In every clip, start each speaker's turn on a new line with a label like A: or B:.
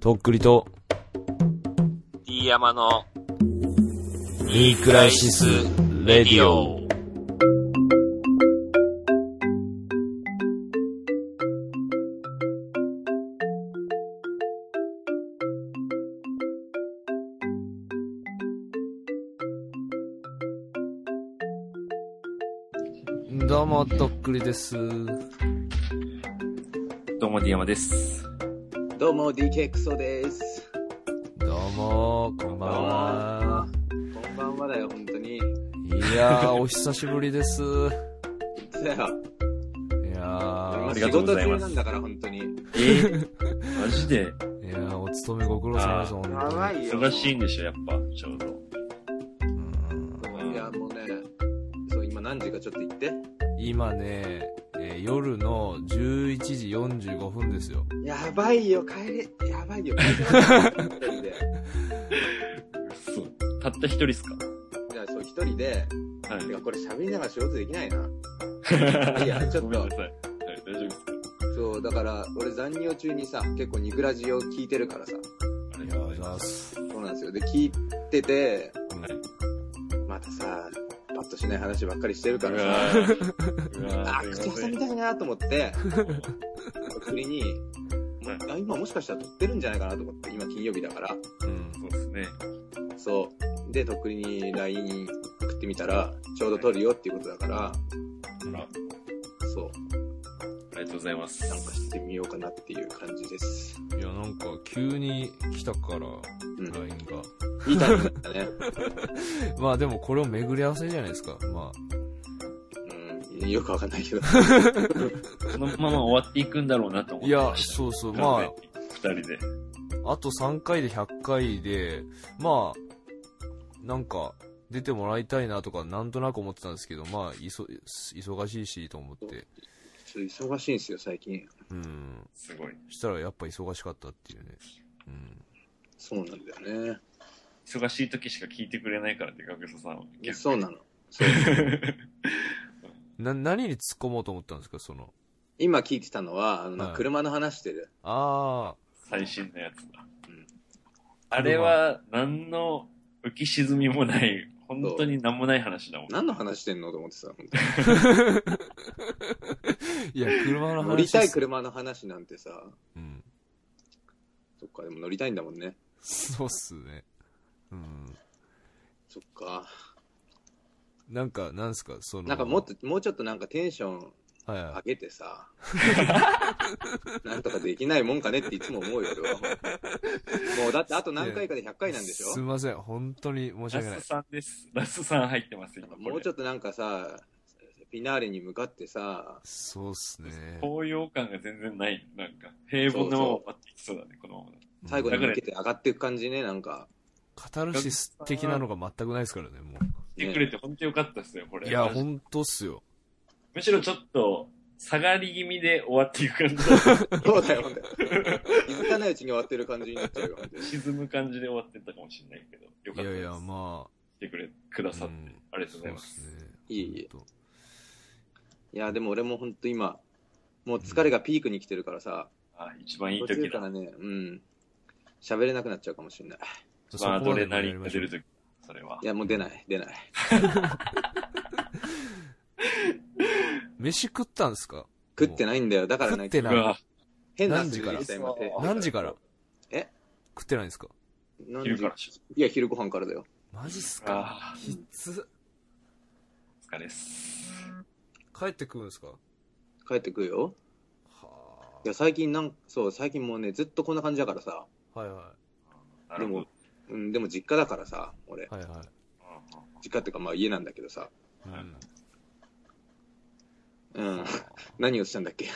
A: とっくりと、
B: D 山の
A: ニークライシス・レディオ。どうも、とっくりです。
C: どうも、D 山です。
D: どうも、DK クソです。
A: どうも、こんばんは。
D: こんばんはだよ、本当に。い
A: い やー、お久しぶりです。い
D: つだよ。
A: や
D: 俺
A: ー
D: も
C: り
D: 仕
C: がとうご
D: 事
C: ざいます
D: 中なんだから、本当に。
C: えー、マジで
A: いやーお勤めご苦労様です、
C: あ
A: 本当に。
D: やばいよ。
C: 忙しいんでしょ、やっぱ、ちょうど。
A: うん
D: いや、もうね、そう、今何時かちょっと言って。
A: 今ね、えー夜の11時45分ですよ。
D: やばいよ、帰れ、やばいよ。一人で。
C: そう。たった一人っすか
D: いや、そう、一人で。
C: はい
D: てか、これ喋りながら仕事できないな。。
C: い
D: いやちょっと
C: ごめんなさい。はい、大丈夫ですか
D: そう、だから、俺残業中にさ、結構ニグラジオ聞いてるからさ。
C: あり
A: い
C: が
A: や
C: とうござい
A: ー
C: ま。
A: ますす。
D: そうなんですよ。で、聞いてて、
A: うん
D: またさ、パッとしない話ばっかりしてる
C: う
D: からさ。
C: わーうわ
D: あ、
C: ー
D: 口
C: す
D: 挟
C: い
D: み
C: ま
D: たいなと思って、
C: せん。
D: 送りに、もうあ今もしかしたら撮ってるんじゃないかなと思って、今金曜日だから。
A: うん。
C: そうですね。
D: そう。で、とっくりに LINE 送ってみたら、ちょうど撮るよっていうことだから、
C: あ
D: そう。
C: ありがとうございます。
D: なんかしてみようかなっていう感じです。
A: いや、なんか急に来たから、
D: うん。
A: LINE が。
D: いいタイミングだね。
A: まあでもこれを巡り合わせじゃないですか。ま
D: うん。よくわかんないけど。
C: このまま終わっていくんだろうなと思
A: あ。い
C: って
A: や
C: ま、した。
A: そうそう。
C: 完
A: ま
C: 全に二人で。
A: あ、あと3回で100回で、まあ、なんか、出てもらいたいなとか、なんとなく思ってたんですけど、まあ、いそ忙しいしと思って。
D: ちょっと忙しいんですよ、最近。
A: うん。
C: すごい。
A: したらやっぱ忙しかったっていうね。うん。
D: そうなんだよね。
C: 忙しい時しか聞いてくれないからって、学生さんは。
D: いやそうなの。
A: な、何に突っ込もうと思ったんですか、その。
D: 今聞いてたのは、あの、
A: はい
D: 車の話してる。
A: あ
C: 最新のやつだ。
D: うん
C: あれは、何の浮き沈みもない、本当に何もない話だもん。
D: 何の話してんのと思ってさ、本当に
A: あ。いや、車の話。
D: 乗りたい。車の話なんてさ、
A: うん。
D: そっか、でも乗りたいんだもんね。
A: そうっすね。うん。
D: そっか。
A: なんか、なんすか、その。
D: なんかもっと、もうちょっとなんかテンション
A: と。はい
D: 上
A: は
D: げて さ、なんとかできないもんかねっていつも思うよ、俺は。もうだってあと何回かで100回
A: い。
D: なんでし
A: すい
D: ょ
A: ません、本当に申し
C: ラ
A: 訳ない
C: ス。さんです。ラスさん入ってます、今。
D: もうちょ
C: っ
D: っとなんかさ、フィナーレに向かってさ、
A: そうっすね。
C: 高揚感が全然ない。なんか、平凡なまま終わっていきそうだね、このままだと。
D: 最後に
A: うん
D: 向けて上がっていく感じね、なんか。
A: カタルシス的なのが全くないですからね、も
C: 来てくれて本当よかったっすよ、こ
A: う。
C: れ。
A: いや、
C: マジ
A: 本当っすよ。
C: むしろちょっと、下がり気味で終わっていく感じだっ た。
D: そうだよ、ほんと気づかないうちに終わってる感じになっちゃうよ、ほんとに
C: 沈む感じで終わってったかもしれないけど、よ
A: い
C: かった
A: や
C: です。
A: いや、まあ。
C: 来てくれ、くださって、
A: うん
C: ありがとうございま
A: そ
C: す。
A: うっね
D: いえいえ
A: 本
D: いや、でも俺もほんと今、もう疲れがピークに来てるからさ、
C: あ、一番いい
D: 途中
C: 時
D: か
C: だ。
D: らね、うん、喋れなくなっちゃうかもしれない。。
A: 当
C: まあ、ア
A: そこ
C: ド
A: まで
C: レ
A: もや
C: ナリ
A: り
C: ン
A: ま
C: が
A: しょ
C: 出
A: う
C: る時それはい
D: や、もう出ない、出ない。
A: 飯食ったんすか
D: 食ってないんだよ。だから
A: 食
D: ね
A: っ、て
C: う
A: ない。
C: わ、
D: 変な数字
A: 何
D: で
A: 時
D: し
C: から
D: た、今。手
A: 何時から
D: え
A: 食ってないんですか
D: 何時
C: 昼から出
D: いや、昼ご飯からだよ。
A: マジっすか
C: あ
A: きつ。
C: ーお疲れっす。
A: 帰って食うんですか
D: 帰ってくるよ。
A: はい
D: や、最近なん、そう、最近もうね、ずっとこんな感じだからさ。
A: あ。はいは
C: な
D: で
C: るほ
D: も
C: ど。、
D: うん、でも実家だからさ、俺
A: い。。はいはい。
D: 実家っていうか、まあ家なんだけどさ。
A: う
C: はい
A: ん
D: うん。 何をしたんだっけ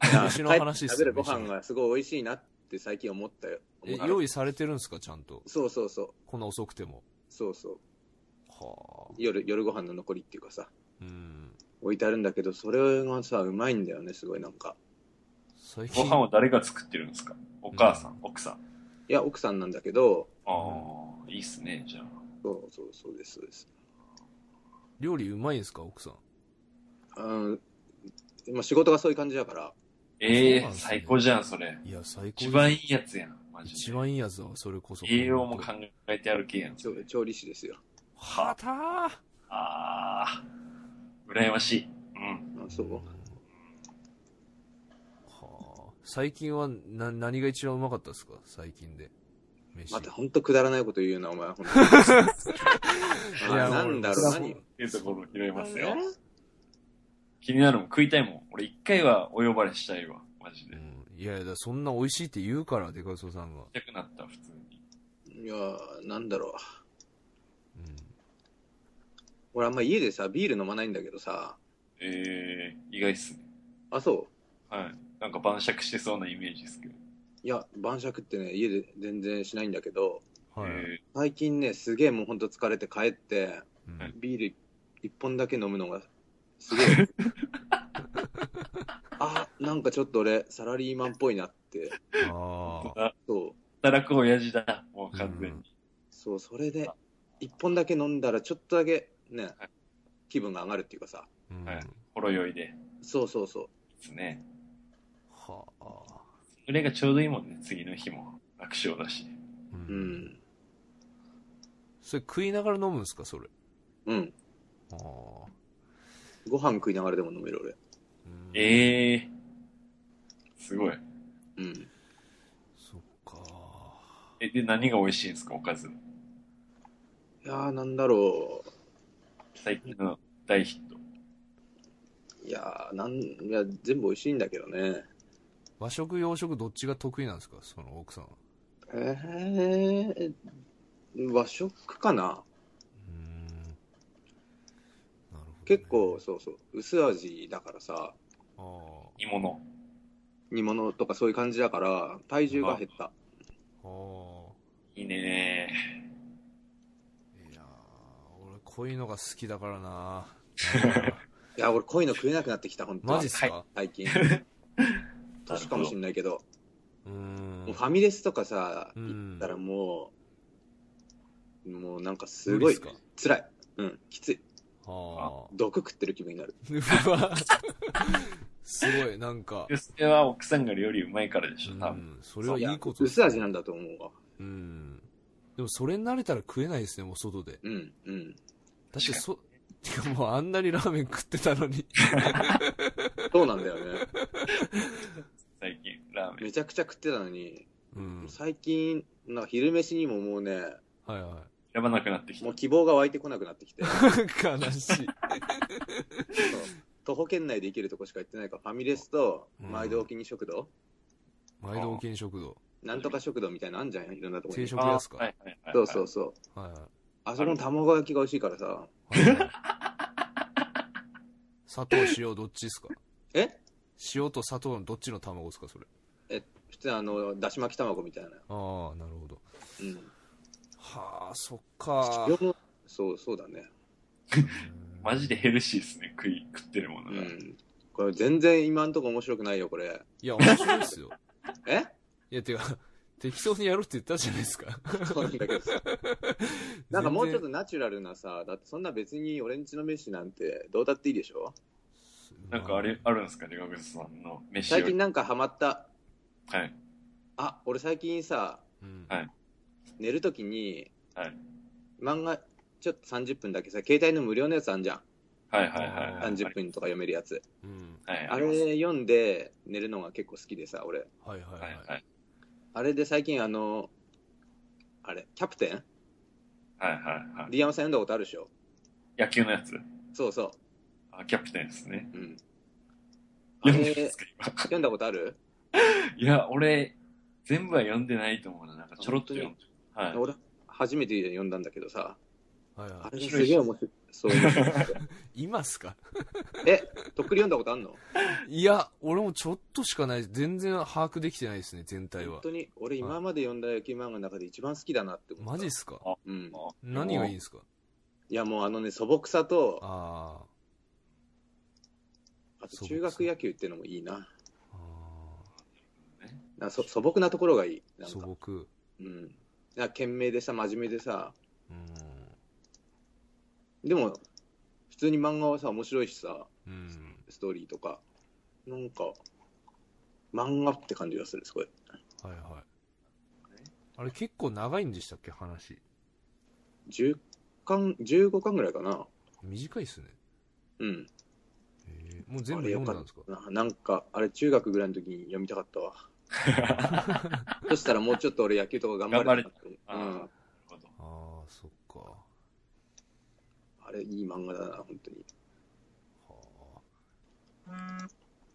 A: 飯の話っす
D: 食べる
A: よ
D: ご飯がすごい美味しいなって最近思ったよ。
A: え
D: 思う
A: 用意されてるんですかちゃんと
D: そうそうそう。
A: こんな遅くても
D: そうそう。
A: はあ
D: 夜、夜ご飯の残りっていうかさ、
A: うん
D: 置いてあるんだけど、それがさ、うまいんだよね、すごいなんか。
A: 最
C: ご
A: 近
C: 飯は誰が作ってるんですかお母さん、奥さん。
D: いや、奥さんなんだけど、
C: ああ、いいっすね、じゃあ。
D: そうそう、そうです、そうです。
A: 料理うまいんですか奥さん
D: うん、まあ、仕事がそういう感じだから、
C: え
A: そう
C: え
A: なんですね
C: 最高じゃん、それ。
A: いや、最高
C: 一番いいやつやん、マジ
A: 一
C: で。
A: 番いいやつだわ、それこそ。
C: 栄養も考えてある系やん。
D: 調調理師ですよ。
A: はたー
C: ああ、羨ましい。うん。
D: あそう
A: はあ最近はな何が一番うまかったですか最近で。飯。
D: またほんとくだらないこと言うな、お前。 ほんと
A: いや
D: あなんだろう、
A: もう
D: 何
C: っていうところ拾いますよ
D: え。
C: 気になるもん、食いたいもん。俺一回はお呼ばれしたいわ、マジ
A: う
C: で。行
A: んいやいや、だからそんな美味しいって言うから、デカソさんが。
C: きたくなった、普通に。
D: いやー、なんだろう。
A: うん
D: 俺あんま家でさ、ビール飲まないんだけどさ。
C: ええ意外っすね。
D: あ、そう
C: はい。なんか晩酌してそうなイメージですけど。
D: いや、晩酌ってね、家で全然しないんだけど、
A: はい。
C: え
D: 最近ね、すげえもうほんと疲れて帰って、
A: うん
D: ビール一本だけ飲むのが、す げえ。あ、なんかちょっと俺、サラリーマンっぽいなって。
C: ー
A: ああ。
D: そう。
C: 働く親父だ、もう完全に。
D: そう、それで、一本だけ飲んだら、ちょっとだけね、
C: はい
D: 気分が上がるっていうかさ。
A: うん
C: はいほろ酔いで。
D: そうそうそう。
C: ですね。
A: はあ。
C: それがちょうどいいもんね、次の日も。楽勝だし。
A: う
D: う。ん。
A: それ食いながら飲むんですかそれ。
D: うん。
A: ああ。
D: ご飯食いながらでも飲める、
A: うん
C: ええすごい。
D: 俺。うん。
A: そっか。
C: え、で、何が美味しいんですか、おかず。
D: いやー、なんだろ
C: 最近の大ヒット。
D: う。いやー、なん、いや、全部美味しいんだけどね。
A: 和食、洋食、どっちが得意なんですかその奥さんは。
D: えー、和食かな
A: うーん。なるほどね
D: 結構、。そうそう。薄味だからさ、
A: あ
C: 煮物。
D: 煮物とかそういう感じだから、体重が減った。
A: あ。ああ。
C: いいね
A: いやー俺こういうのが好きだからな
D: いや、俺、こういうの食えなくなってきた、本当
A: マジっすか、
D: 最 近。年かもしんないけど。
A: うーん
D: もうファミレスとかさ、
A: うん
D: 行ったらもう、もうなんかすご
A: 無理っ
D: い
A: すか
D: 辛い。うん、きつい。
A: は
D: 毒食ってる気分になる。
A: あうわ すごいなんか
C: でそれは奥さんが料理うまいからでし
A: う
C: ょ、多分。
A: んそれはいいこと
D: や薄味
A: な
D: なんだと思うわ。
A: うんでもそれに慣れたら食えないですねもう外で
D: うん、うん。
A: だってそ てかもうあんなにラーメン食ってたのに
D: そうなんだよね。
C: 最近、ラーメン。
D: めちゃくちゃ食ってたのに、
A: うん
D: 最近、なんか昼飯にももうね、
A: はいは
C: 選ばなくなってき
D: もう
C: た。
D: 希望が湧いてこなくなっ てきて、そう
A: い悲しい
D: 徒歩圏内で行けるとこしか行ってないから、ファミレスと、
A: うん
D: 毎度お気に食堂、
A: 毎度お県食堂
D: なんとか食堂みたいなのあんじゃん、いろんなとこに。
A: 定食
D: あ
A: 屋っすか
C: あはいはいはい。
D: そうそう。そう。
A: はいは
D: あそこの卵焼きが美味しいからさ、
A: いはいはい砂糖塩どっちっすか
D: え
A: 塩と砂糖のどっちの卵っすかそれ
D: 普通あの、だし巻き卵みたいな。
A: ああなるほど
D: うん。
A: はあそっか
D: 塩のそう、そうだね。
C: マジでヘルシーですね、食い、食ってるもの
D: う
C: が。
D: ん。これ全然今んとこ面白くないよ、これ。
A: いや面白いっすよ
D: え
A: いやてか 適当にやろうって言ったじゃないですか
D: そうなんだけ どさ。 なんかもうちょ
A: と
D: っとナチュラルなさ、だってそんな別に俺んちの飯なんてどうだっていいでしょ
C: なんかあれ、あるんですかね、ガグスさんの飯
D: 最近
C: を。
D: なんかハマった。
C: はい。
D: あ、俺最近さ、
A: うん
C: はい
D: 寝るときに、
C: はい
D: 漫画ちょっと30分だけさ、携帯の無料のやつあんじゃん。
C: はいはいはい。
D: 30分とか読めるやつ。
A: うん
C: はい、
D: あ
C: ります
D: れ読んで寝るのが結構好きでさ、俺。
A: はいはいは
C: はい
A: い
C: はい。
D: あれで最近あの、あれ、キャプテン
C: はいはいはい。
D: リアムさん読んだことあるでしょ
C: 野球のやつ。
D: そうそ
C: あ、キャプテンですね。
D: う。うん。あ
C: 読んでま
D: れ
C: す、か、今。
D: 読んだことある
C: いや、俺、全部は読んでないと思うな。なんかちょろっと読んで。はい。
D: 俺、初めて読んだんだけどさ、
A: はいは
D: あれがすげえ面白い。そう。面白くて
A: い今っすか
D: え、とっくり読んだことあんの
A: いや俺もちょっとしかない全然把握できてないですね全体
D: 本
A: は
D: 当に、俺今まで読んだ野球漫画の中で一番好きだなって思った。
A: マジっすか
D: うん。
A: 何がいいん
C: い
A: すか
D: いやもうあのね、素朴さと、
A: あー
D: あと中学野球ってのもいいな。
A: あ
D: なんかそ素朴なところがいい。
A: ー
D: なん
A: 素
D: か、
A: 朴う
D: うん。なんか懸命でさ、真面目でさ、
A: ん
D: でも、普通に漫画はさ、面白いしさ、
A: うん
D: ストーリーとか。なんか、漫画って感じがする、すごい。
A: はいはい。あれ結構長いんでしたっけ、話。
D: 10巻、15巻ぐらいかな。
A: 短いっすね。
D: うん。
A: えーもう全部読んだんですか
D: ななんか、あれ中学ぐらいの時に読みたかったわ。そしたらもうちょっと俺野球とか頑張れたなって
C: あーな
D: うん
C: る。ほど。
A: ああ、そっか。は
D: あれ、いい漫画だな、本当に。
A: あ。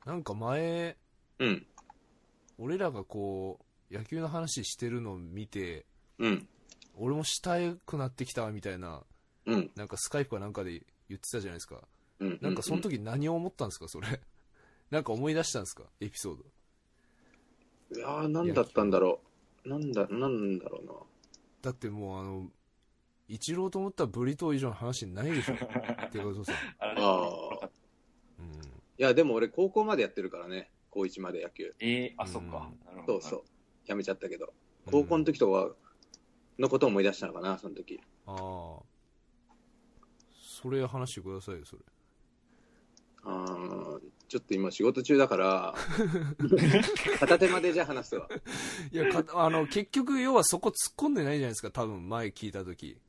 A: なんか前、
D: うん。
A: 俺らがこう、野球の話してるのを見て、
D: うん。
A: 俺もしたくなってきたみたいな、
D: うん。
A: なんかスカイプかなんかで言ってたじゃないですか。
D: うん。
A: なんかその時何を思ったんですか、それ。 なんか思い出したんですか、エピソード。
D: うん。いやー、なんだったんだろう。なんだ、なんだろうな。
A: だってもうあの、イチローと思ったらブリトー以上の話ないでしょ。 ってことさん。
C: あれ
D: あー
A: うん。
D: いや、でも俺、高校までやってるからね。高1まで野球。
C: えー、あ、そっか。なるほ
D: そ
C: ど。
D: うそう。やめちゃったけど。高校の時とかのことを思い出したのかな、その時。
A: ああ。それ話してくださいよ、それ。
D: あーちょっと今仕事中 だから、片手までじゃあ話すわ。
A: いや、かあの、結局、要はそこ突っ込んでないじゃないですか、多分、前聞いた時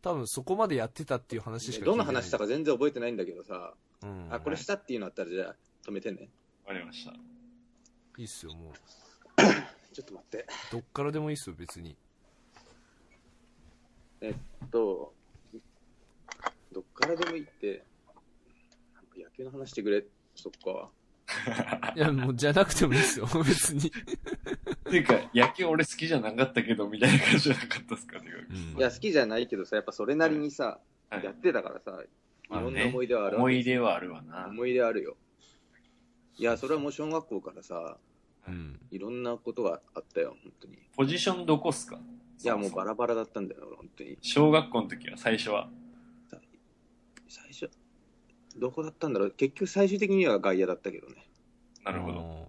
A: 多分、そこまでやってたっていう話しか聞いてない。
D: どんな話したか全然覚えてないんだけどさ、
A: うん。
D: あ、これしたっていうのあったらじゃあ止めてね。
C: わかりました。
A: いいっすよ、もう。
D: ちょっと待って。
A: どっからでもいいっすよ、別に。
D: と、どっからでもいいって、なんか野球の話してくれ。そっか。
A: いや、もう、じゃなくてもいいっす よ、別に。
C: っていうか、野球俺好きじゃなかったけど、みたいな感じじゃなかったですかね。
A: うん
D: いや、好きじゃないけどさ、やっぱそれなりにさ、
C: はい
D: やってたからさ、い
C: まあね
D: ろんな思い出はあるわ
C: 思
D: け
C: い出はあるわな。
D: 思い出あるよ。いや、それはもう小学校からさ、
A: うん。
D: いろんなことがあったよ、本当に。い
C: ポジションどこっすか
D: や、もうバ
C: ラ。
D: ラバラだったんだよ、俺本当に。
C: 小学校の時は、最初は。
D: 最初、どこだったんだろう。結局最終的には外野だったけどね。
C: なるほど。
A: あー。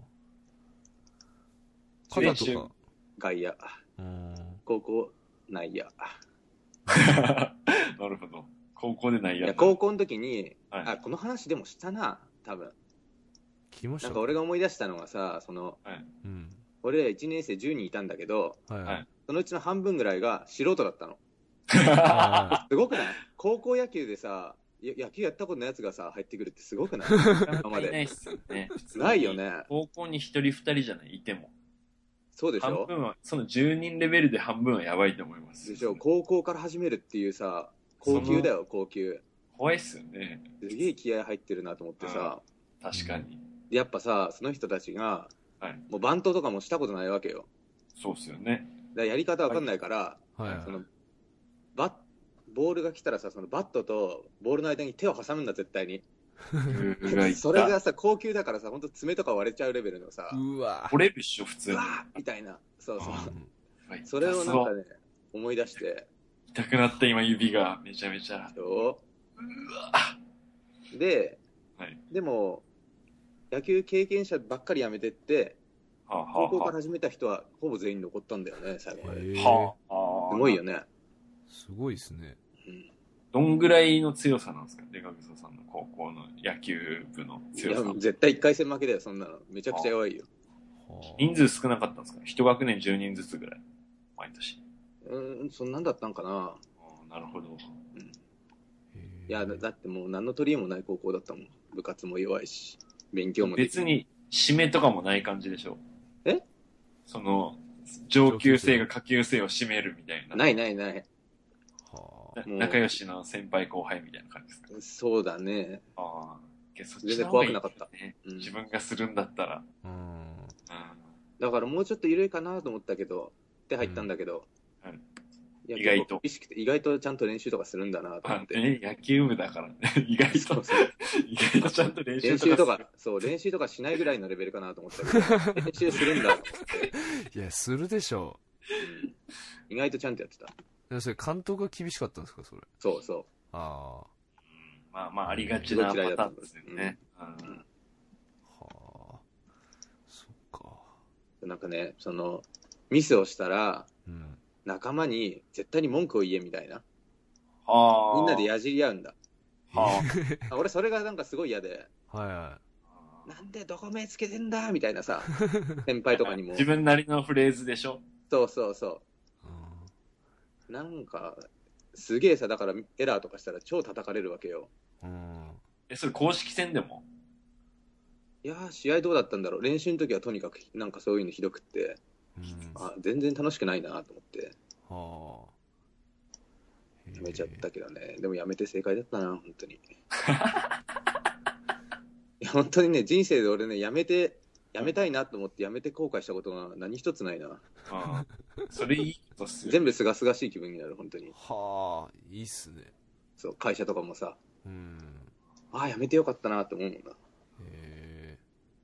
A: 肩
C: 練
A: と
C: 習
A: か。
D: 外野、
A: うん。
D: 高校、内野。
C: なるほど。高校でない
D: い
C: や
D: や、高校の時に、
C: はい
D: あ、この話でもしたな、多分。
A: 聞きまし
D: な
A: た
D: んか俺が思い出したのがさ、その、
A: うん。
D: 俺ら1年生10人いたんだけど、
A: はいは
C: はいい。
D: そのうちの半分ぐらいが素人だったの。
A: あ
D: すごくない高校野球でさ、や野球やったことないやつがさ、入ってくるってす ごくない今ま
C: いない
D: で。
C: っすよね。普通に
D: ないよ。ね。
C: 高校に一人二人じゃない、いても。
D: そうでし
C: 半
D: ょ
C: 分は、その10人レベルで半分はやばいと思います。
D: でしょ高校から始めるっていうさ、高級だよ、高級。
C: 怖いっすよね。
D: すげえ気合入ってるなと思ってさ、
C: 確かに。
D: でやっぱさ、その人たちが、
C: はい
D: もうバントとかもしたことないわけよ。
C: そうっすよね。
D: だからやり方わかんないから、
A: あ。はい
D: そのバッボールが来たらさ、そのバットとボールの間に手を挟むんだ、絶対に。それがさ、高級だからさ、ほんと爪とか割れちゃうレベルのさ、
A: うわ
C: 折れるっしょ、普通
D: う
C: に
D: わ。ーみたいな。そうそう。
A: うん
C: はい
D: それをなんか
C: そう
D: ね、思い出して、
C: 痛くなった今、指がめちゃめちゃ。
D: よで、
C: はい
D: でも、野球経験者ばっかりやめてって、
C: はあ、は
D: 高校か
C: あ
D: ら始めた人はほぼ全員残ったんだよね、最後まで。す
A: へー
C: はあ、はあ。
D: ごいよね。
A: すごいですね。
D: うん
C: どんぐらいの強さなんですかデカグソさんの高校の野球部の
D: いや
C: 強さ。
D: 絶対1回戦負けだよ、そんなの。めちゃくちゃ弱いよ。
A: はあ
C: 人数少なかったんですか一学年10人ずつぐらい。毎年。
D: うーん、そんなんだったんかな。
C: あーなるほど。
D: いや、だだってもう何の取り柄もない高校だったもん。部活も弱いし、勉強もでき
C: 別に、締めとかもない感じでしょ
D: え
C: その、上級生が下級生を締めるみたいな。
D: ないないない。
A: はあ
C: な仲良しの先輩後輩みたいな感じですか
D: そうだね。
C: ああ。けどそっ
D: 全
C: ちの
D: 然
C: 方
D: 怖
C: がい
D: く
C: い
D: な
C: よ
D: かった
C: ね。
D: うん
C: 自分がするんだったら。
A: うん。
C: う
D: だからもうちょっと緩いかなと思ったけど、って入ったんだけど、
C: うんはい
D: いや
C: 意外と
D: 結構厳しくて意外とちゃんと練習とかするんだなと
C: ん
D: 思
C: あ
D: っ、て。
C: ね、野球部だからね。 意外
D: そう
C: と、
D: そう
C: 意外とちゃんと練習とか
D: 練
C: する
D: 習とか、そう、練習とかしないぐらいのレベルかなと思った けど、練習するんだと思って、
A: いや、するでしょ
D: うん意外とちゃんとやってた。
A: う。でそれ、監督が厳しかったんですか、それ。
D: そうそ
A: ああ。
C: うんまあまあ、ありがちなパターンですよね。うん
A: はあ。そっか。
D: う。なんかね、その、ミスをしたら、
A: うん。
D: 仲間に絶対に文句を言えみたいな。
C: はあ。
D: みんなでやじり合うんだ。
C: は
D: あ俺、それがなんかすごい嫌で、
A: はいは
C: あ。
D: なんでどこ目つけてんだみたい なさ、先輩とかにも
C: 自。分なりのフレーズでしょ
D: そうそうそ
A: うん
D: う。なんか、すげえさ、だからエラーとかしたら超叩かれるわけよ。
A: うん
C: え、それ公式戦でも
D: いやー、試合どうだったんだろう。練習の時はとにかくなんかそういうのひどくって、
A: うん
D: あ全然楽しくないなと思って、
A: はあ
D: やめちゃったけどね。でもやめて正解だったな、本当に。 いや、本当にね、人生で俺ね、やめて、やめたいなと思ってやめて後悔したことが何一つないな。
C: うん。それいいことっすよ。
D: 全部すがすがしい気分になる、本当に。
A: はあいいっすね
D: そう、会社とかもさ、
A: うん
D: ああ、やめてよかったなって思うもんな。
A: へ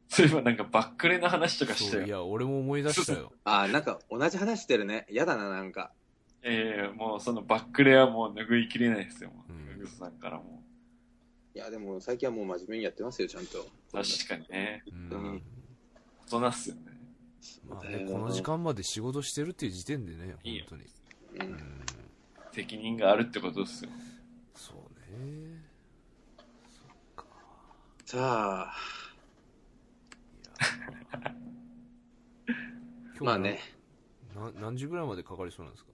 C: そういえばなんかバックレの話と
A: え
C: かした
A: そうい
C: よ。
A: や俺も思い出したよ
D: ああ、なんか同じ話してるね。やだな、なんか。
C: ええもうそのバックレはもう拭いきれないですよ。もう
A: うん
C: ググスさんからも。
D: いや、でも最近はもう真面目にやってますよ、ちゃんと。
C: 確かにね。
A: う
D: うんん
C: 大人っすよね。
A: まあねこの時間まで仕事してるっていう時点でね
C: いい
A: 本
C: よ
A: 当に
D: う。
A: うんん
C: 責任があるってことっすよ。
A: そうね
D: さあ、
A: 今日
D: まあね。
A: な何時ぐらいまでかかりそうなんですか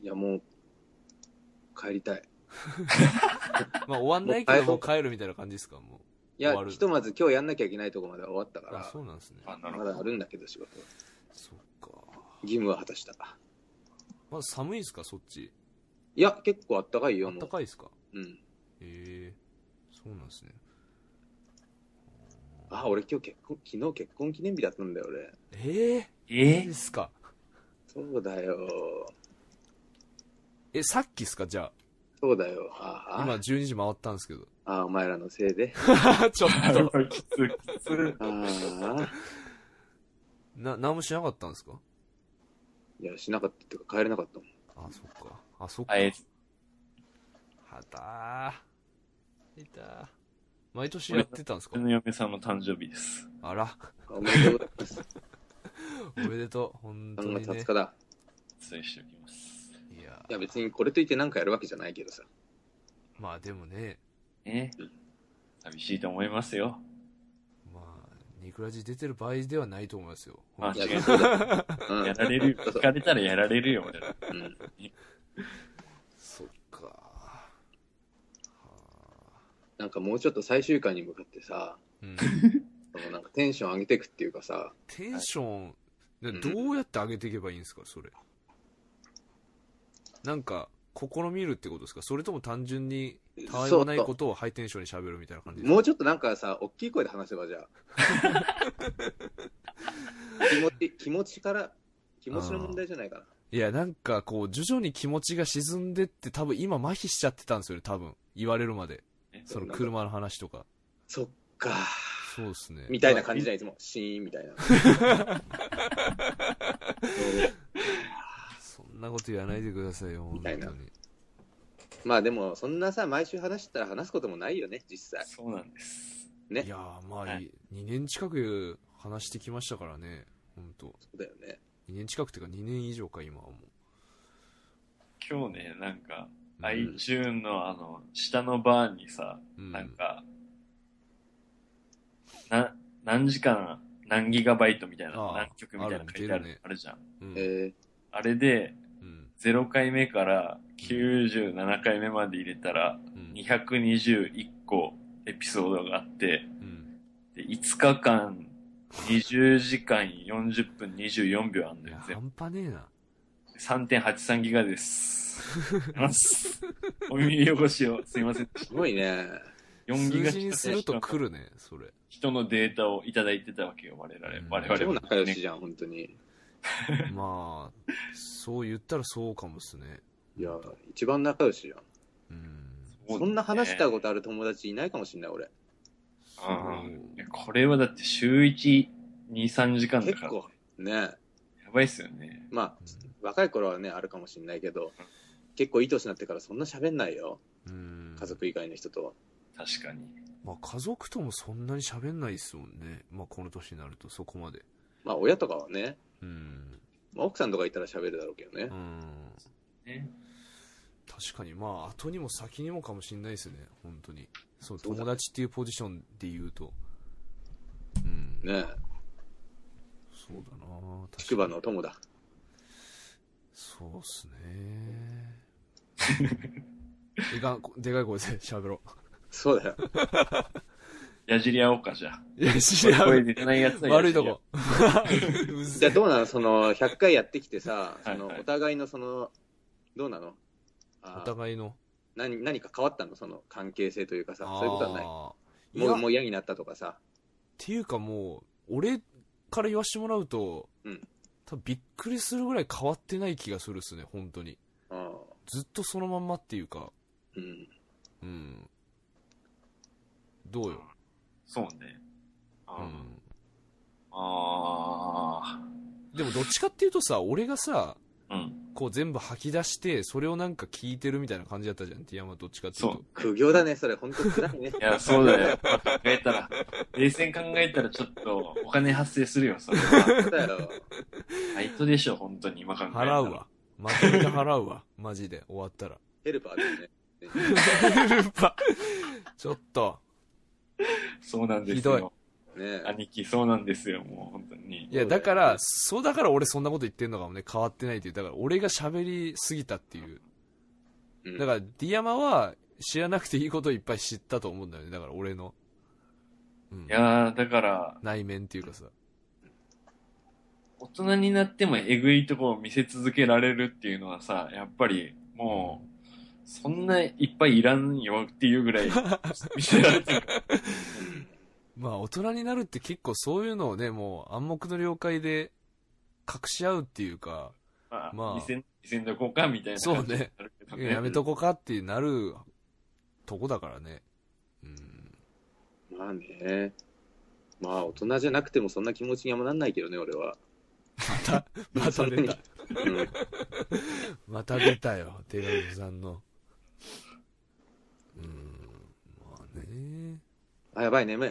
D: いや、もう、帰りたい。
A: まあ終わんないけどもう帰るみたいな感じですかも終
D: いや
A: わ、る
D: ひとまず今日やんなきゃいけないとこまでは終わった
A: うあ
D: か
A: そうなんですね
C: あ、な
D: ら、
C: る
D: ま
C: ほど。
D: だあるんだけど仕事。
A: そっか
D: 義務は果たした。
A: まだ寒いですかそっち
D: いや、結構あったかい
A: あ
D: よ、
A: っ
D: も
A: た
D: う。
A: かいですか
D: うん。
A: ええそうなんですね
D: あ、俺今日結婚、昨日結婚記念日だったんだよ、俺。
A: ええ
C: え
A: ですか
D: そうだよ。
A: えさっきっすかじゃ
D: そうだよ。あ
A: あ
D: あ
A: 今12時回ったんです けど
D: あ、お前らのせいで。
A: ちょっと
C: ー、きついきつい。
D: ああ。
A: な何もしなかったんですか
D: いや、しなかったっていうか、帰れなかったもん。
A: あそっかあそっか
C: あ、え、
A: はたーいたー毎年やってたんですか
C: 僕の嫁さんの誕生日です。
A: あら
D: あおめでとうござい ます。
A: おめでとう本当
D: 3
A: に
D: 月
A: ね
D: 20日だ。
C: 失礼しておきます。
A: いや
D: いや、別にこれといってなんかやるわけじゃないけどさ。
A: まあでもね
C: え寂しいと思いますよ。
A: まあニクラジ出てる場合ではないと思いますよ
C: まあ
D: いや、
C: 違う
D: そうだ。うん
C: やられるよ。
D: そうそ
C: 聞
D: う
C: かれたらやられるよ、俺ら。
D: うん
A: そっかはあ
D: なんかもうちょっと最終回に向かってさ、
A: うん
D: そのなんかテンション上げていくっていうかさ、
A: テンション、
D: ん
A: どうやって上げていけばいいんですか、それ。なんか、試みるってことですかそれとも単純に、たわいもないことをハイテンションに喋るみたいな感じです
D: も
A: か
D: うちょっとなんかさ、大きい声で話せ ばじゃあ。気持ち、気持ちから、気持ちの問題じゃないかな。
A: いや、なんかこう、徐々に気持ちが沈んでって、多分今麻痺しちゃってたんですよね、多分。言われるまで。
C: え
A: その車の話とか。
D: そっか
A: そうですね。
D: みたいな感じじゃん、いつも。シーンみたいな。
A: そんなこと言わないでくださいよ、本
D: みたいな
A: 当に。
D: まあでも、そんなさ、毎週話したら話すこともないよね、実際。
C: そうなんです。
D: ね
A: いや。ー、まあ、
C: はい
A: い2年近く話してきましたからね、本当
D: そうだよね。
A: 2年近くっていうか2年以上か、今はもう。
C: 今日ね、なんか、
A: うん
C: iTune のあの、下のバーにさ、
A: うん
C: なんか、な、何時間、何ギガバイトみたいな、
A: ああ
C: 何曲みたいなの書いて
A: あ
C: あ
A: るね出る
C: る
A: ね、
C: あるじゃん。
A: うん
D: え
C: あれで、
A: うん
C: 0回目から97回目まで入れたら、
A: うん
C: 221個エピソードがあって、
A: うん
C: で5日間、20時間40分24秒あん
A: い
C: だよ
A: や、
C: 全部。
A: 半端ねえな
C: 3.83ギ ガです。ありますお耳汚しを、すいません。
D: ー、すごいね。
C: 4ギ
A: 数
C: ガ
A: 字にすると来るねそれ
C: 人のデータをいただいてたわけよ、我々。
A: うん
C: 我
A: あ
C: 々
A: れ
D: 超
C: も。
D: 仲良しじゃん、本当に。
A: まあそう言ったらそうかもっすね
D: いや、一番仲良しじゃん。
A: うん
D: そんな話したこととある友達いないかもしれない、俺。
C: うんいやこれはだって週1、2、3時間だ
D: 結
C: から。
D: 構。ね。
C: やばいっすよね。
D: まあ、若い頃はね、あるかもしれないけど、結構いい年になってからそんな喋んないよ。
A: うん
D: 家族以外の人と。
C: 確かに。
A: まあ家族ともそんなに喋んないっすもんねまあこの年になるとそこまで
D: まあ、親とかはね、
A: うん
D: まあ、奥さんとかいたら喋るだろうけどね
A: う。ん
C: ね
A: 確かにまあ後にも先にもかもしんないですね本当にそう
D: そうだね
A: 友達っていうポジションで言うと
D: ねえ
A: そうだな
D: 筑波の友だ。
A: そうっす ねいかんこでかい声で喋ろ
D: そうだよ。
C: やじり合おうか、じゃあ。
A: ういや知ら
C: 声
A: ん
C: 出てないやつはや
A: 悪
C: じ
A: い
C: り合
A: と
C: う
A: こ う
D: じ
A: ぜ
D: ゃあどうなのその、100回やってきてさ、その
C: はいはい
D: お互いのその、どうなのあ
A: お
D: ー
A: 互いの
D: 何何か変わったのその関係性というかさ、そういうことはない。
A: あーい
D: も
A: や
D: うもう嫌になったとかさ。
A: っていうかもう俺から言わしてもらうと、
D: うん
A: 多分びっくりするぐらい変わってない気がするっすね本当に
D: あー
A: ずっとそのまんまっていうか
D: うん、
A: うんどうよ、
C: そうね。あー
A: うん、
C: あ
A: でもどっちかっていうとさ俺がさ
C: ー。うん。
A: こう全部吐き出してそれをなんか聞いてるみたいな感じだったじゃんティアマどっちかっていう
C: そ
A: と
C: う。
D: 苦行だね、それ。本当暗いね。
C: いや、そうだよ。考えたら、冷静に考えたらちょっとお金発生するよ、それ は。
D: そうだよ。
C: バイトでしょ、本当に今考えたら。
A: 払うわ。まとめて払うわマジで終わったら
D: ヘルパーだよね。
A: ルパちょっと
C: そうなんです
A: ひど
C: よ。
D: ねえ
C: 兄貴、そうなんですよ、もう本当に
A: い。やだからそうだから俺そんなこと言ってんのかもね変わってないっていうだから俺が喋りすぎたっていう
D: うん
A: だからディアマは知らなくていいことをいっぱい知ったと思うんだよねだから俺の、うん
C: い、やー、だから、
A: 内面っていうかさ
C: 大人になってもえぐいとこを見せ続けられるっていうのはさ、やっぱりもう、そんないっぱいいらんよっていう ぐらい見せられてる。
A: まあ大人になるって結構そういうのをねもう暗黙の了解で隠し合うっていうか
C: まあ、
A: まあ
C: 見せん、見せんとこうかみたいな
A: そうね
C: 感じになるけど
A: いややめとこかってなるとこだからねうん
D: まあね。まあ大人じゃなくてもそんな気持ちにあんまなんないけどね、俺は。
A: また 出た
D: うん、
A: また出たよ手紙さんのうんまあね
D: あ、やばい、眠い。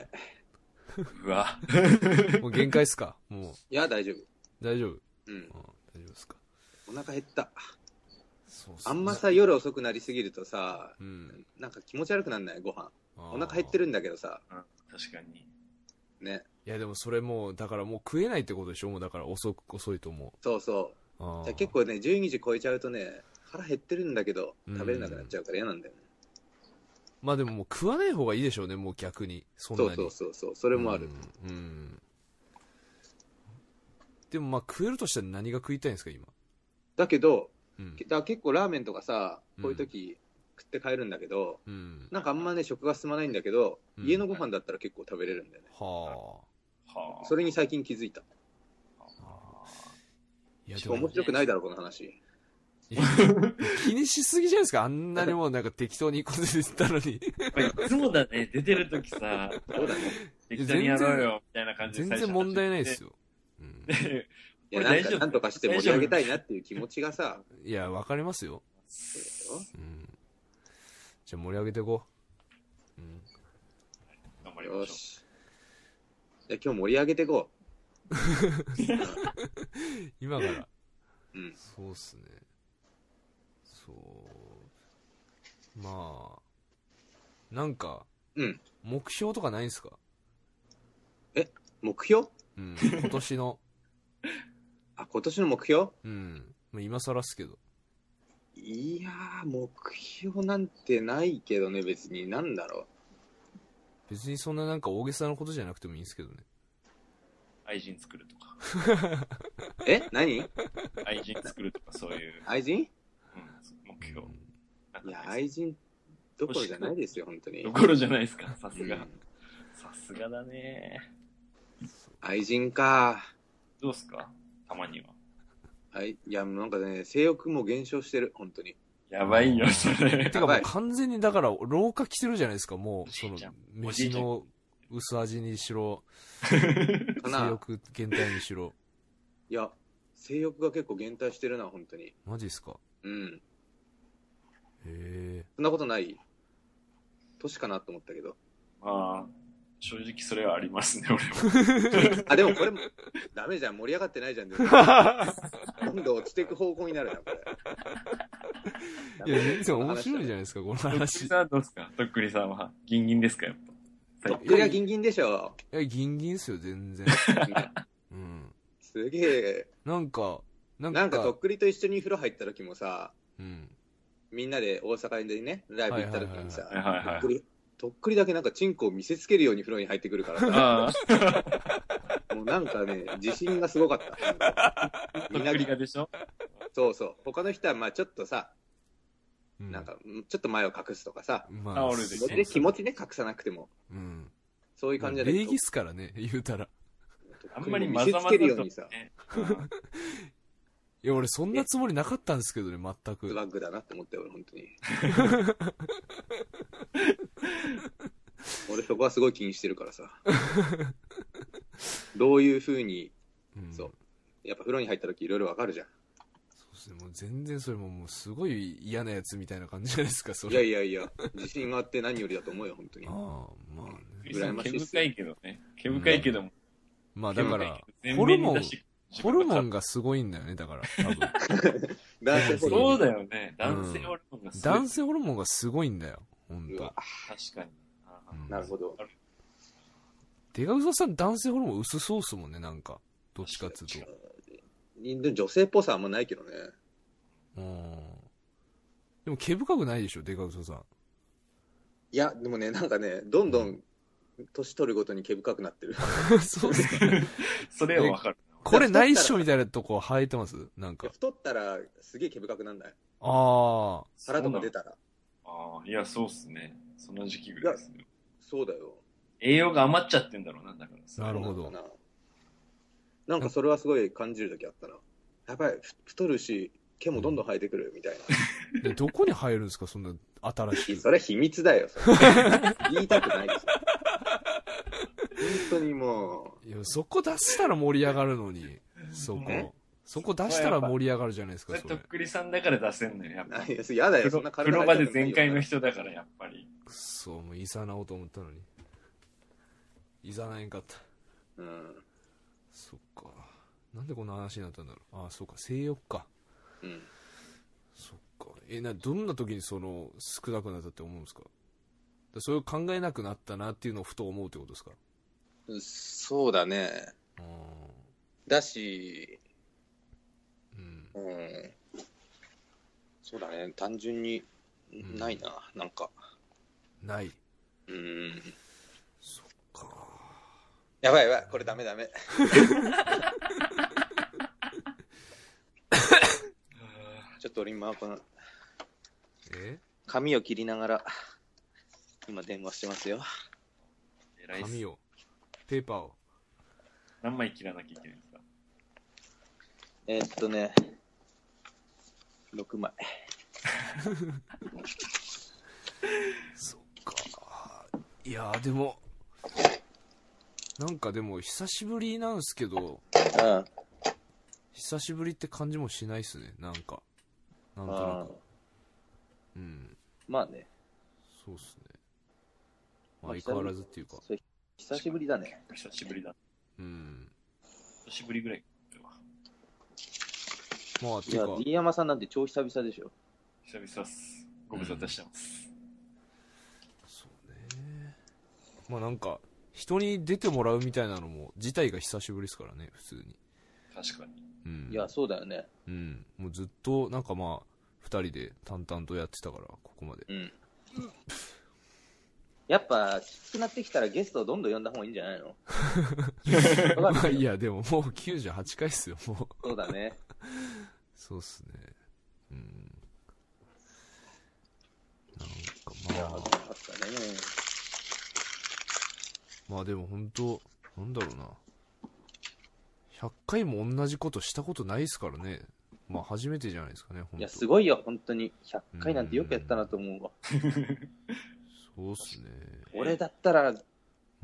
C: うわ。
A: もう限界っすかも
D: いや、大丈
A: う大丈夫、
D: 夫。うん
A: う。ん大丈夫っすか
D: お腹減った。
A: そうっすね
D: あんまさ、夜遅くなりすぎるとさ、
A: うん
D: なんか気持ち悪くなんないご飯。
A: お
D: お腹減ってるんだけどさ、
C: 確かに。
D: ね。
A: いやでもそれもうだからもう食えないってことでしょもうだから遅く遅いと思う
D: そうそう。
A: あー
D: じゃあ結構ね、12時超えちゃうとね、腹減ってるんだけど、食べれなくなっちゃうから嫌なんだよね。
A: まあでももう食わない方がいいでしょうねもう逆にそんな
D: そ
A: に
D: うそうそうそう、それもある。
A: うん、うんでもまあ食えるとしたら何が食いたいんですか今、
D: だけど、
A: うん
D: けだから結構ラーメンとかさ、こういう
A: うん
D: 時、食って帰るんだけど、
A: うん、
D: なんかあんまね、食が進まないんだけど、
A: うん
D: 家のご飯だったら結構食べれるんだよね。
A: は
C: はあ。
D: それに最近気づいた。
A: あいや
D: し
A: で
D: かも
A: も
D: 面白くないだろ、この話。
A: いや 気にしすぎじゃないですかあんなにもうなんか適当に一個ずつ言ったのに
C: やっぱいつもだね、出てるときさ、
D: そうだね。
C: 適当にやろうよ、みたいな感じで
A: 全然問題ないです
C: よ。
A: よ、うん、
D: いや、
C: こ
D: な
C: れ大
D: ん
C: 丈
D: か、
C: 夫
D: なんとかして盛り上げたいなっていう気持ちがさ、
A: いやわかりますよ、
D: そうだよ
A: うん、じゃあ盛り上げていこう、うん
C: 頑張り
D: よ
C: ましょ
D: し。じゃあ今日盛り上げていこ
A: 今から
D: う。うん。
A: そうっすねそうまあなんか
D: うん。
A: 目標とかないんすか、
D: 目標
A: うん、今年の
D: あ、今年の目標
A: うんまあ今更っすけど
D: いやー、目標なんてないけどね、別に。なんだろ
A: 別にそんななんか大げさなことじゃなくてもいいんすけどね
C: う。愛人作るとか。
D: う。え何
C: 愛人作るとか、そういう、
D: 愛人
C: うん、目標
A: う。ん
C: なんか
D: い
C: ね
D: や、愛人どころじゃないですよ、本当に
C: と。ころじゃないですか、さす
D: う
C: が
D: ん。
C: さすがだね。
D: 愛人か。
C: どうっすかたまには。
D: はい、いや、もうなんかね、性欲も減少してる、本当に。
C: やばいよ、それ
A: て。かもう完全にだから老化来てるじゃないですかもうその
C: おじいちゃんお
A: 飯
C: じいちゃん
A: の薄味にしろ
D: か
A: 性
D: な。
A: 欲減退にしろ
D: いや、性欲が結構減退してるな、本当に。
A: マジっすか
D: うん。
A: へえ
D: そんなことない年かなと思ったけど。
C: まあ、正直それはありますね、俺 は。
D: あ、でもこれも、ダメじゃん、盛り上がってないじゃん。でも今度落ちていく方向になるな、これ。
A: いや全然面白いじゃないですかこの
C: とっくり
A: 話
C: さんはどうっすかとっくりさんは。ギンギンですか、やっぱ。対
D: 手がギンギンでしょ。
A: いや、ギンギンっすよ、全然。うん。
D: すげえ。
A: なんか、なんか、
D: なんかとっくりと一緒に風呂入った時もさ、
A: うん。
D: みんなで大阪でね、ライブ行った時にさ、
C: はいはい
D: と
C: は
D: っ
C: い
D: く。り、とっくりだけなんかチンコを見せつけるように風呂に入ってくるからさ、
C: あ
D: もうなん かね、自信がすごかった。
C: あ、
D: み
C: み
D: ん
C: ん
D: な
C: ながでしょ
D: そうそう。他の人はまあちょっとさ、
A: う
D: なん、か、うんちょっと前を隠すとかさ、
A: ま
C: タオルで
A: そう
D: それで気持ちね、隠さなくても、
A: うん。
D: そういう感じじゃない
A: 礼儀っすからね、言うたら。
C: あんまり
D: 見
C: ま
D: せ
C: ざ
D: つ
C: まざ
D: け
C: と
D: るようにさ、
C: ね
A: いや、俺そんなつもりなかったんですけどね、全
D: ス
A: く。
D: ワッグだなって思ったよ、俺、本 当に。俺、そこはすごい気にしてるから さ。どういうふうに、
A: うん
D: そう。やっぱ風呂に入った時いろいろわかるじゃ
A: そうですね、もう全然それももうすごい嫌なやつみたいな感じじゃないですか、そ
D: ん。いや
A: れ。
D: いやいや、自信があって何よりだと思うよ、本当に
A: ああ。、まあね。
D: 羨ましい
C: 毛
D: っす
C: 深いけどね。毛深いけども。
A: まあだか
C: 毛
A: ら
C: 深いけ、ど
A: ホルモ
C: 全面に
A: ン
C: 出、して
A: ホルモンがすごいんだよね、だから、 多分。
D: 男性ホルモ
C: そ
D: ン
C: うだよね。男性ホルモンがすごい
A: 男性ホルモンがすごいんだよ、ほん
D: う
A: と
D: わ。
C: 確かに。ああ
A: うん
D: なるほど。
A: でかうささん、男性ホルモン薄そうっすもんね、なんか。どっちかっつうと。
D: で女性っぽさあんまないけどね。
A: うん。でも毛深くないでしょ、でかうささん。
D: いや、でもね、なんかね、どんどん年取るごとに毛深くなってる。
A: そうですか。
C: それはわかる。
A: これないっしょみたいなとこ生えてますなんか。
D: 太ったらすげえ毛深くなんない
A: ああ。
D: 腹とか出たら。
C: ああ、いや、そうっすね。その時期ぐらいですね。
D: そうだよ。
C: 栄養が余っちゃってんだろうな、だからさ。
A: なるほど
D: そうなのかな。なんかそれはすごい感じるときあったな。やばい、ふ太るし、毛もどんどん生えてくるみたい
A: で、どこに生えるんですかそんな新し
D: な。
A: く。
D: それ秘密だよ、それ言いたくないです。本当にも
A: いや、そこ出したら盛り上がるのに。そ
D: ね
A: こ。そこ出したら盛り上がるじゃないです
C: そ
A: か、
C: れ
A: そ
C: と
A: れ
C: っ。くりさんだから出せんのよ、やっ
D: う、
C: ぱ
D: な。いです。やだよ、そんな
C: 風
D: 体
C: 呂
D: 入
C: 場
D: っちゃ
C: で
D: ってもいい
C: 全
D: よ
C: 開の人だから、やっぱり。
A: くそう、もういざなおうと思ったのに。いざなえんかった。
D: うん。
A: そっか。なんでこんな話になったんだろう。ああ、そうか、性欲か。
D: うん。
A: そっか。え、な、どんな時にその、少なくなったって思うんですかだそれを考えなくなったなっていうのをふと思うってことですか
D: そうだね。
A: あ
D: だし、
A: ーうん。
D: うん。そうだね、単純に、
A: ん
D: ないな、なんか。
A: ない。
D: うん。
A: そっか。
D: やばいやばい、これダメダメ。ちょっと俺今、この
A: え
D: 髪を切りながら、今電話してますよ。
C: 偉いっ
A: 紙
C: す。
A: を。ペーパーを。
C: 何枚切らなきゃいけないんですか
D: えーっとね、6枚。
A: そっか。いやーでも、なんかでも久しぶりなんすけど、
D: うん。
A: 久しぶりって感じもしないっすね、なんか。なんと
D: あ
A: な
D: ー
A: く。うん。
D: まあね、
A: そうっすね。
D: まあ
A: 相変わらずっていうか。
D: それ久しぶりだね。
C: 久しぶりだ。
A: うん。
C: 久しぶりぐらい。
A: まあ、て
D: いや
A: か、、
D: D 山さんなんて超久々でしょ。
C: 久々っす。ご無沙汰してます。
A: そうね。まあなんか、人に出てもらうみたいなのも、自体が久しぶりですからね、普通に。
C: 確かに。
A: うん。
D: いや、そうだよね。
A: うん。もうずっと、なんかまあ、二人で淡々とやってたから、ここまで。
D: うん。やっぱ、きつくなってきたらゲストをどんどん呼んだ方がいいんじゃないの わ
A: まあ
D: か んないいよ
A: や、でももう98回っすよ、もう。
D: そうだね。
A: そうっすね。うん。
D: い
A: な
D: や、
A: んかま
D: 恥ず
A: あ、
D: かしかったね。
A: まあでも本当なんだろうな。100回も同じことしたことないっすからね。まあ初めてじゃないですかね、本当
D: いや、すごいよ、本当に。100回なんてよくやったなと思うわ。
A: そうっすね。
D: 俺だったら、
A: う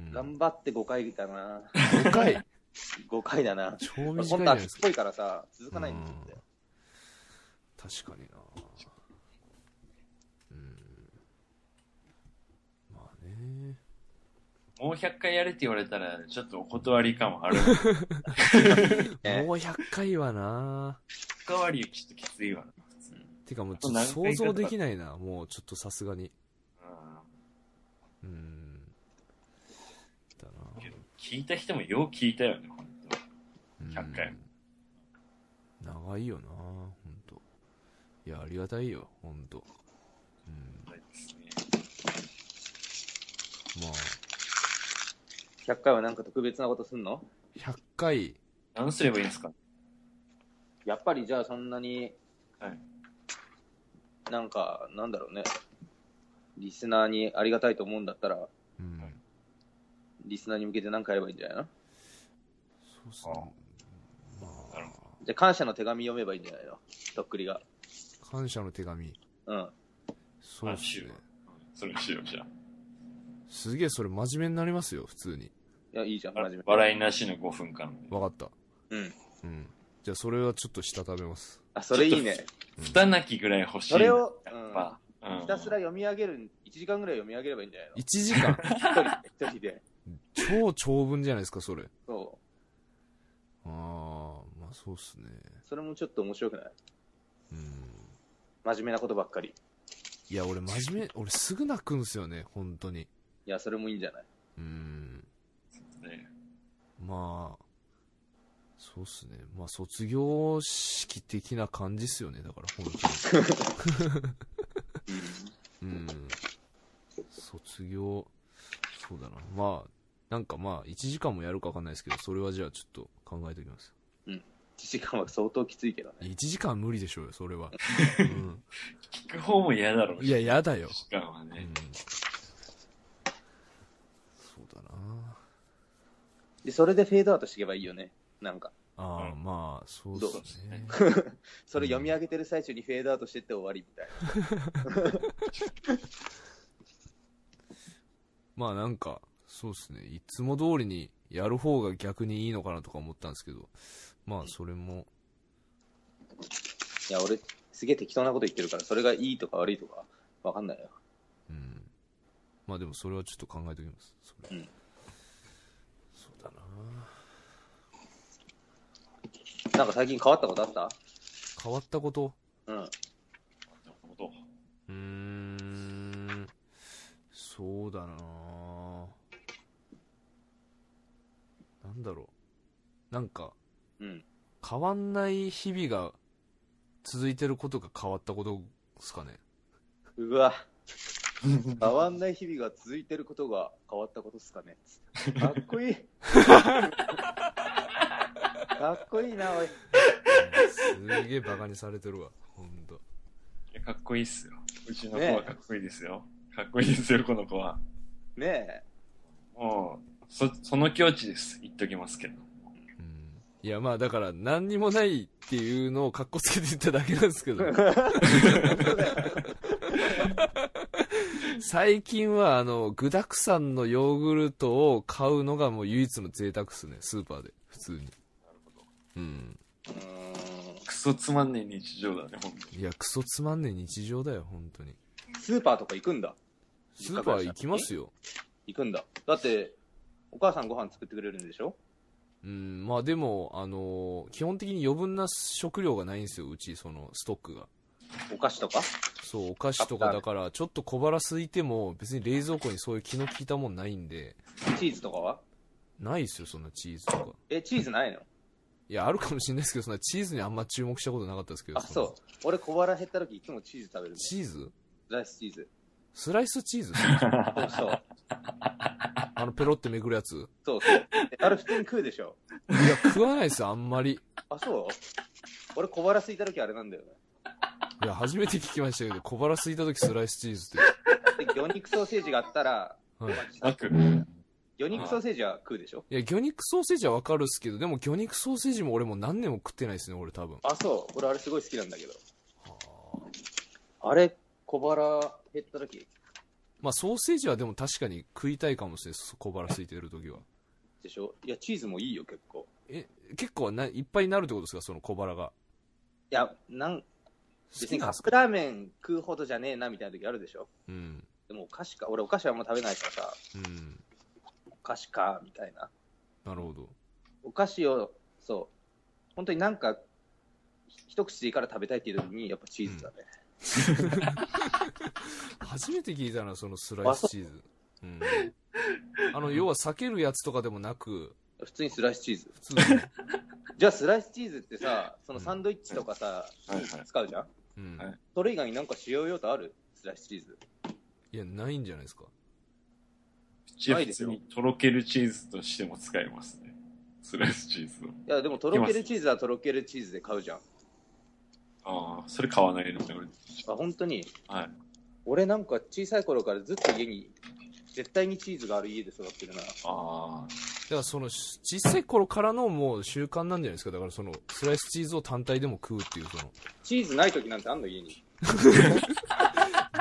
A: ん、
D: 頑張って5回だ な。
A: 5回
D: 5回だな。
A: 超短いじゃ
D: 今
A: ない
D: 度秋
A: で
D: っ
A: すか
D: ぽ。いからさ、続かないんだって。
A: 確かになうん。まあね。
C: もう100回やれって言われたら、ちょっとお断り感はあ る。
D: え
A: もう100回はな
C: お断りちょっときついわな。普通に
A: てかもうちょっと想像できないな、もうちょっとさすがに。
C: う
A: う
C: ん
A: ん。
C: 聞いた人もよう聞いたよね、本当
A: うん
C: 100回
A: 長いよな本当いやありがたいよ本当うん
C: はいですね。
A: まあ
D: 100回はなんか特別なことすんの
A: 100回
C: 何すればいいんですか
D: やっぱりじゃあそんなに、
C: はい
D: なんか、なんだろうね、リスナーにありがたいと思うんだったら、
A: うん
C: はい
D: リスナーに向けて何かやればいいんじゃないの
A: そうっすねま
C: なる
A: あ
D: じゃあ感謝の手紙読めばいいんじゃないのとっくりが。
A: 感謝の手紙
D: うん。
A: そうっす
C: あし
A: ね
C: よそれにしようじゃあ
A: すげえそれ真面目になりますよ普通に
D: いや、いいじゃん、真面目。
C: 笑いなしの5分間。
A: わかった
D: うん。
A: うんじゃあそれはちょっとしたためます
D: あ、それいいね。
A: うん
C: 蓋なきぐらい欲しいな。
D: それを
C: やっぱ。うん
D: ひたすら読み上げる、1時間ぐらい読み上げればいいんじゃないの
A: 1時間
D: 一人、一人で。
A: 超長文じゃないですかそれ
D: そ
A: ああまあそうっすね
D: う。それもちょっと面白くない
A: うん
D: 真面目なことばっかり。
A: いや俺真面目俺すぐ泣くんすよね本当に
D: いや、それもいいんじゃない
A: うん
C: ね
A: まあ、そうっすね。まあ、卒業式的な感じっすよね。だから、本当に。うん。卒業、そうだな。まあ、なんかまあ、1時間もやるかわかんないですけど、それはじゃあちょっと考えておきます。
D: 1時間は相当きついけどね。
A: 1時間は無理でしょうよ、それは。うん
C: 聞く方も嫌だろうし
A: いや、やだよ。
C: 時間は
A: う
C: ね
A: ん。そうだな。
D: で、それでフェードアウトしていけばいいよね。なんか。
A: ああ、
C: うん
A: まあ、そうっ
D: そうっ
A: す
C: す
A: ね
C: ね。
D: それ読み上げてる最中にフェードアウトしてって終わりみたいな。
A: まあなんか、そうですね。いつも通りにやる方が逆にいいのかなとか思ったんですけど、まあそれも、
D: いや、俺、すげえ適当なこと言ってるから、それがいいとか悪いとか、わかんないよ。
A: うん。まあでもそれはちょっと考えておきます。それ
D: うん
A: そうだな
D: なんか最近変わったことあった
A: 変わったこと
D: うん。
C: なるほど
A: うーん。そうだななんだろう。なんか、
D: うん。
A: 変わんない日々が続いてることが変わったことですかね。
D: うわ、変わんない日々が続いてることが変わったことっすかね。かっこいい。 かっこいいな、おい。
A: すげえバカにされてるわ、ほんと。
C: いやかっこいいっすよ。うちの子
D: ね
C: はかっこいいですよ。かっこいいですよ、この子は。
D: ね
C: もう、そ、その境地です。言っときますけど。
A: うんいや、まあだから、何にもないっていうのをかっこつけて言っただけなんですけ ど、最近は、あの、具沢山のヨーグルトを買うのがもう唯一の贅沢っすね、スーパーで、普通に。うん。
D: え。うー
C: クソつまんねえ日常だね、ほんと。
A: いや、クソつまんねえ日常だよ、本当に。
D: んスーパーとか行くんだ。
A: スーパー行きますよ。
D: 行くんだ。だって、お母さんご飯作ってくれるんでしょ
A: うん、まあでも、あの基本的に余分な食料がないんですよ、うち、その、ストックが。
D: お菓子とか
A: そう、お菓子とかだから、ちょっと小腹空いても、別に冷蔵庫にそういう気の利いたもんないんで、
D: チーズとかは
A: ないですよ、そんなチーズとか。
D: え、チーズないの
A: いや、あるかもしれないですけど、そんなチーズにあんま注目したことなかったですけど。
D: あ、そう。俺小腹減った時いつもチーズ食べ
A: の
D: るの。
A: チーズ
D: ライスチーズ。
A: スライスチーズ
D: そうそう。
A: あの、ペロってめくるやつ。い
D: そうそう。えあれ普通に食うでしょ。
A: や、食わないですよ、あんまり。
D: あ、そう俺小腹空いた時あれなんだよね。
A: いや、初めて聞きましたけど、小腹空いた時スライスチーズっ
D: で、魚肉ソーセージがあったら、
A: て。はい。
C: なく。
D: 魚肉ソーセージは食うでしょ
A: いや、魚肉ソーセージはわかるっすけど、でも魚肉ソーセージも俺もう何年も食ってないですね、俺多分。
D: あ、そう。俺あれすごい好きなんだけど。
A: はあ
D: あれ、小腹減った時
A: まあ、ソーセージはでも確かに食いたいかもしれないです、小腹空いてる時は。
D: でしょいや、チーズもいいよ、結構。
A: え結構ないっぱいになるってことですかその小腹が
D: いや、なん、
A: 好
D: 別
A: き
D: に
A: なんで
D: カッ
A: す
D: プ
A: か
D: ラーメン食うほどじゃねえな、みたいな時あるでしょ
A: うん
D: でもお菓子か、俺お菓子はあんま食べないからさ、
A: うん
D: お菓子か、みたいな。
A: なるほど
D: お菓子を、そう、本当になんか、ひ一口でいいから食べたいっていう時に、やっぱチーズだね。
A: 初めて聞いたなそのスライスチーズうんあの、要は避けるやつとかでもなく、
D: 普通にスライスチーズ。
A: 普通 に。
D: じゃあスライスチーズってさ、そのサンドイッチとかさ、
C: はいはい
D: 使うじゃん
A: うん。
C: はい
D: それ以外になんか使用用途あるスライスチーズ。
A: いや、ないんじゃないですか。
C: チ
D: ない
C: ー
D: です
C: ズ
D: よ
C: にとろけるチーズとしても使えますね。スライスチーズを。
D: いや、でもとろけるチーズはとろけるチーズで買うじゃん。あ、
C: ああ、それ買わないのね、俺。
D: 本当に。
C: はい。
D: 俺なんか小さい頃からずっと家に、絶対にチーズがある家で育ってるな。
C: ああ、
A: だからその、し小さい頃からのもう習慣なんじゃないですか。だからその、スライスチーズを単体でも食うっていう、その、
D: チーズない時なんてあんの家に。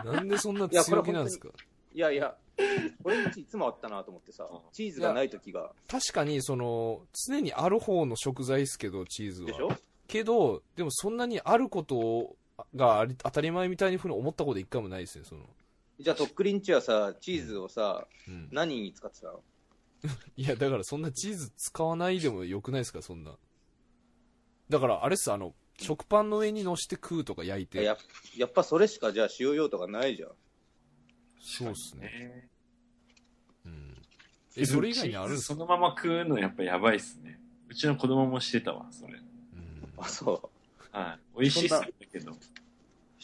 A: なんでそんな強気なんですか
D: いやいや、俺の家いつもあったなと思ってさ、チーズがない時が、
A: 確かに、その、常にある方の食材ですけど、チーズ
D: でしょ
A: は。けど、でもそんなにあることをがあり当たり前みたいにふうに思ったこと一回もないですね、その。
D: じゃあとっくりんちはさ、チーズをさ、
A: うん。
D: 何に使ってたの
A: いや、だからそんなチーズ使わないでもよくないですか、そんな。だから、あれっす、あの、食パンの上に乗して食うとか焼い
D: い
A: て。
D: ややっぱそれしかじゃあ使用用途がないじゃん。
A: そうっすね。
C: ね。
A: うん。え、それ以外にあるんで
C: チーズ
A: す
C: そ
A: か
C: のまま食うのやっぱやばいっすね。うちの子供もしてたわ、それ。
A: うん
D: あ、そう。
C: はい。美味しいっすだけど。
D: 不思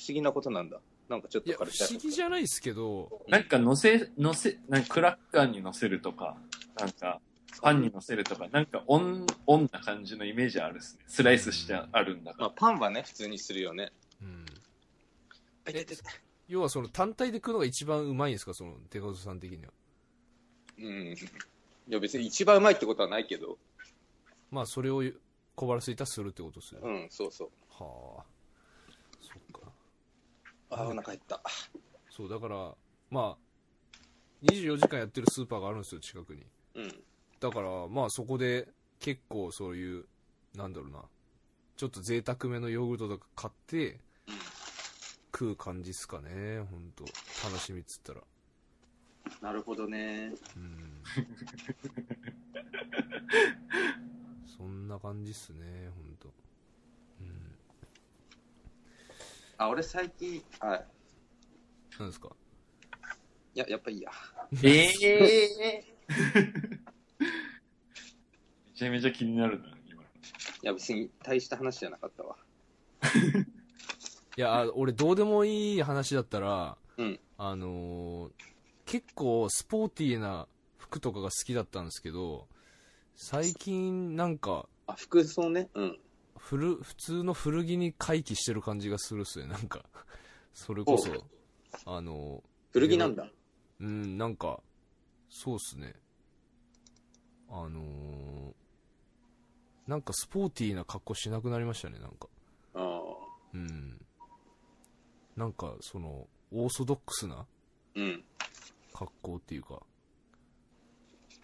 D: 議なことなんだ。なんかちょっ
A: い
D: と
A: や、不思議じ
D: ゃ
A: ゃないですけど、
C: なんか乗せ、乗せ、なんかクラッカーに乗せるとか、なんかパンに乗せるとか、なんかオン、オンな感じのイメージあるっすね。スライスしてあるんだか
D: ま
C: ら。
D: あ、パンはね、普通にするよね。
A: うん。
D: あ
A: 痛い痛い要はその単体で食うのが一番うまいんですか、その、デカゾさん的には。
D: うん。いや、別に一番うまいってことはないけど。
A: まあ、それを小腹すいたらするってことですよね。
D: うん、そうそう。
A: はあ。そっか。
D: あー、お腹減った。
A: そう、だから、まあ、24時間やってるスーパーがあるんですよ、近くに。
D: うん。
A: だから、まあそこで結構そういう、なんだろうな、ちょっと贅沢めのヨーグルトとか買って、食う感じっすかね、ほんと。楽しみっつったら。
D: なるほどね。
A: うん。そんな感じっすね、ほんと。うん。
D: あ、俺最近、はい。
A: なんですか
D: いや、やっぱいいや。
C: ええめちゃめちゃ気になるな、今。
D: いや、別に大した話じゃなかったわ。
A: いや、あ俺どうでもいい話だったら、
D: うん
A: あのー結構スポーティーな服とかが好きだったんですけど、最近なんか、
D: あ、服装ね。うん。
A: 古、普通の古着に回帰してる感じがするっすね、なんか。それこそ
D: おう。
A: あの、
D: 古着なんだ。
A: うん、なんか、そうっすね。あのーなんかスポーティーな格好しなくなりましたね、なんか。
D: ああ。
A: うん。なんか、その、オーソドックスな
D: うん。
A: 格好っていうか、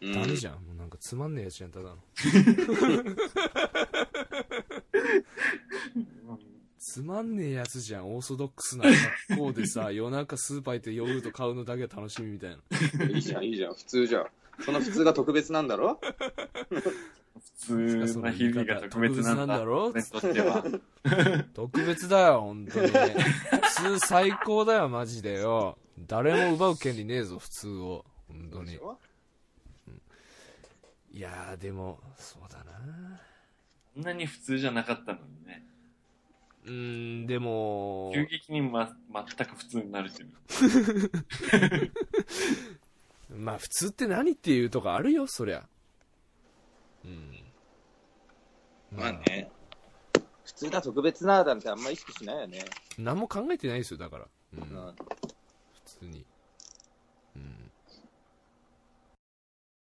D: うん
A: ダメじゃん。もうなんかつまんねえやつじゃん、ただの。つまんねえやつじゃん、オーソドックスな格好で さ、夜中スーパー行ってヨーグルト買うのだけが楽しみみたいな。
D: いいじゃん、いいじゃん。普通じゃん。その普通が特別なんだろ
C: 普通な日々が特別なんだ。
A: ろ
C: 俺にとっては。
A: 特別だよ、本当に。普通最高だよ、マジでよ。誰も奪う権利ねえぞ、普通を。本当
D: で
A: に
D: し。ょ
A: いやー、でも、そうだな
C: こんなに普通じゃなかったのにね。
A: うーん、でも、
C: 急激にま、全く普通になるっていう。
A: まあ普通って何っていうとかあるよ、そりゃ。うん。
D: まあ。ね。普通だ、特別な、だなんてあんま意識しないよね。
A: 何も考えてないですよ、だから。うん
D: うん。
A: 普通に。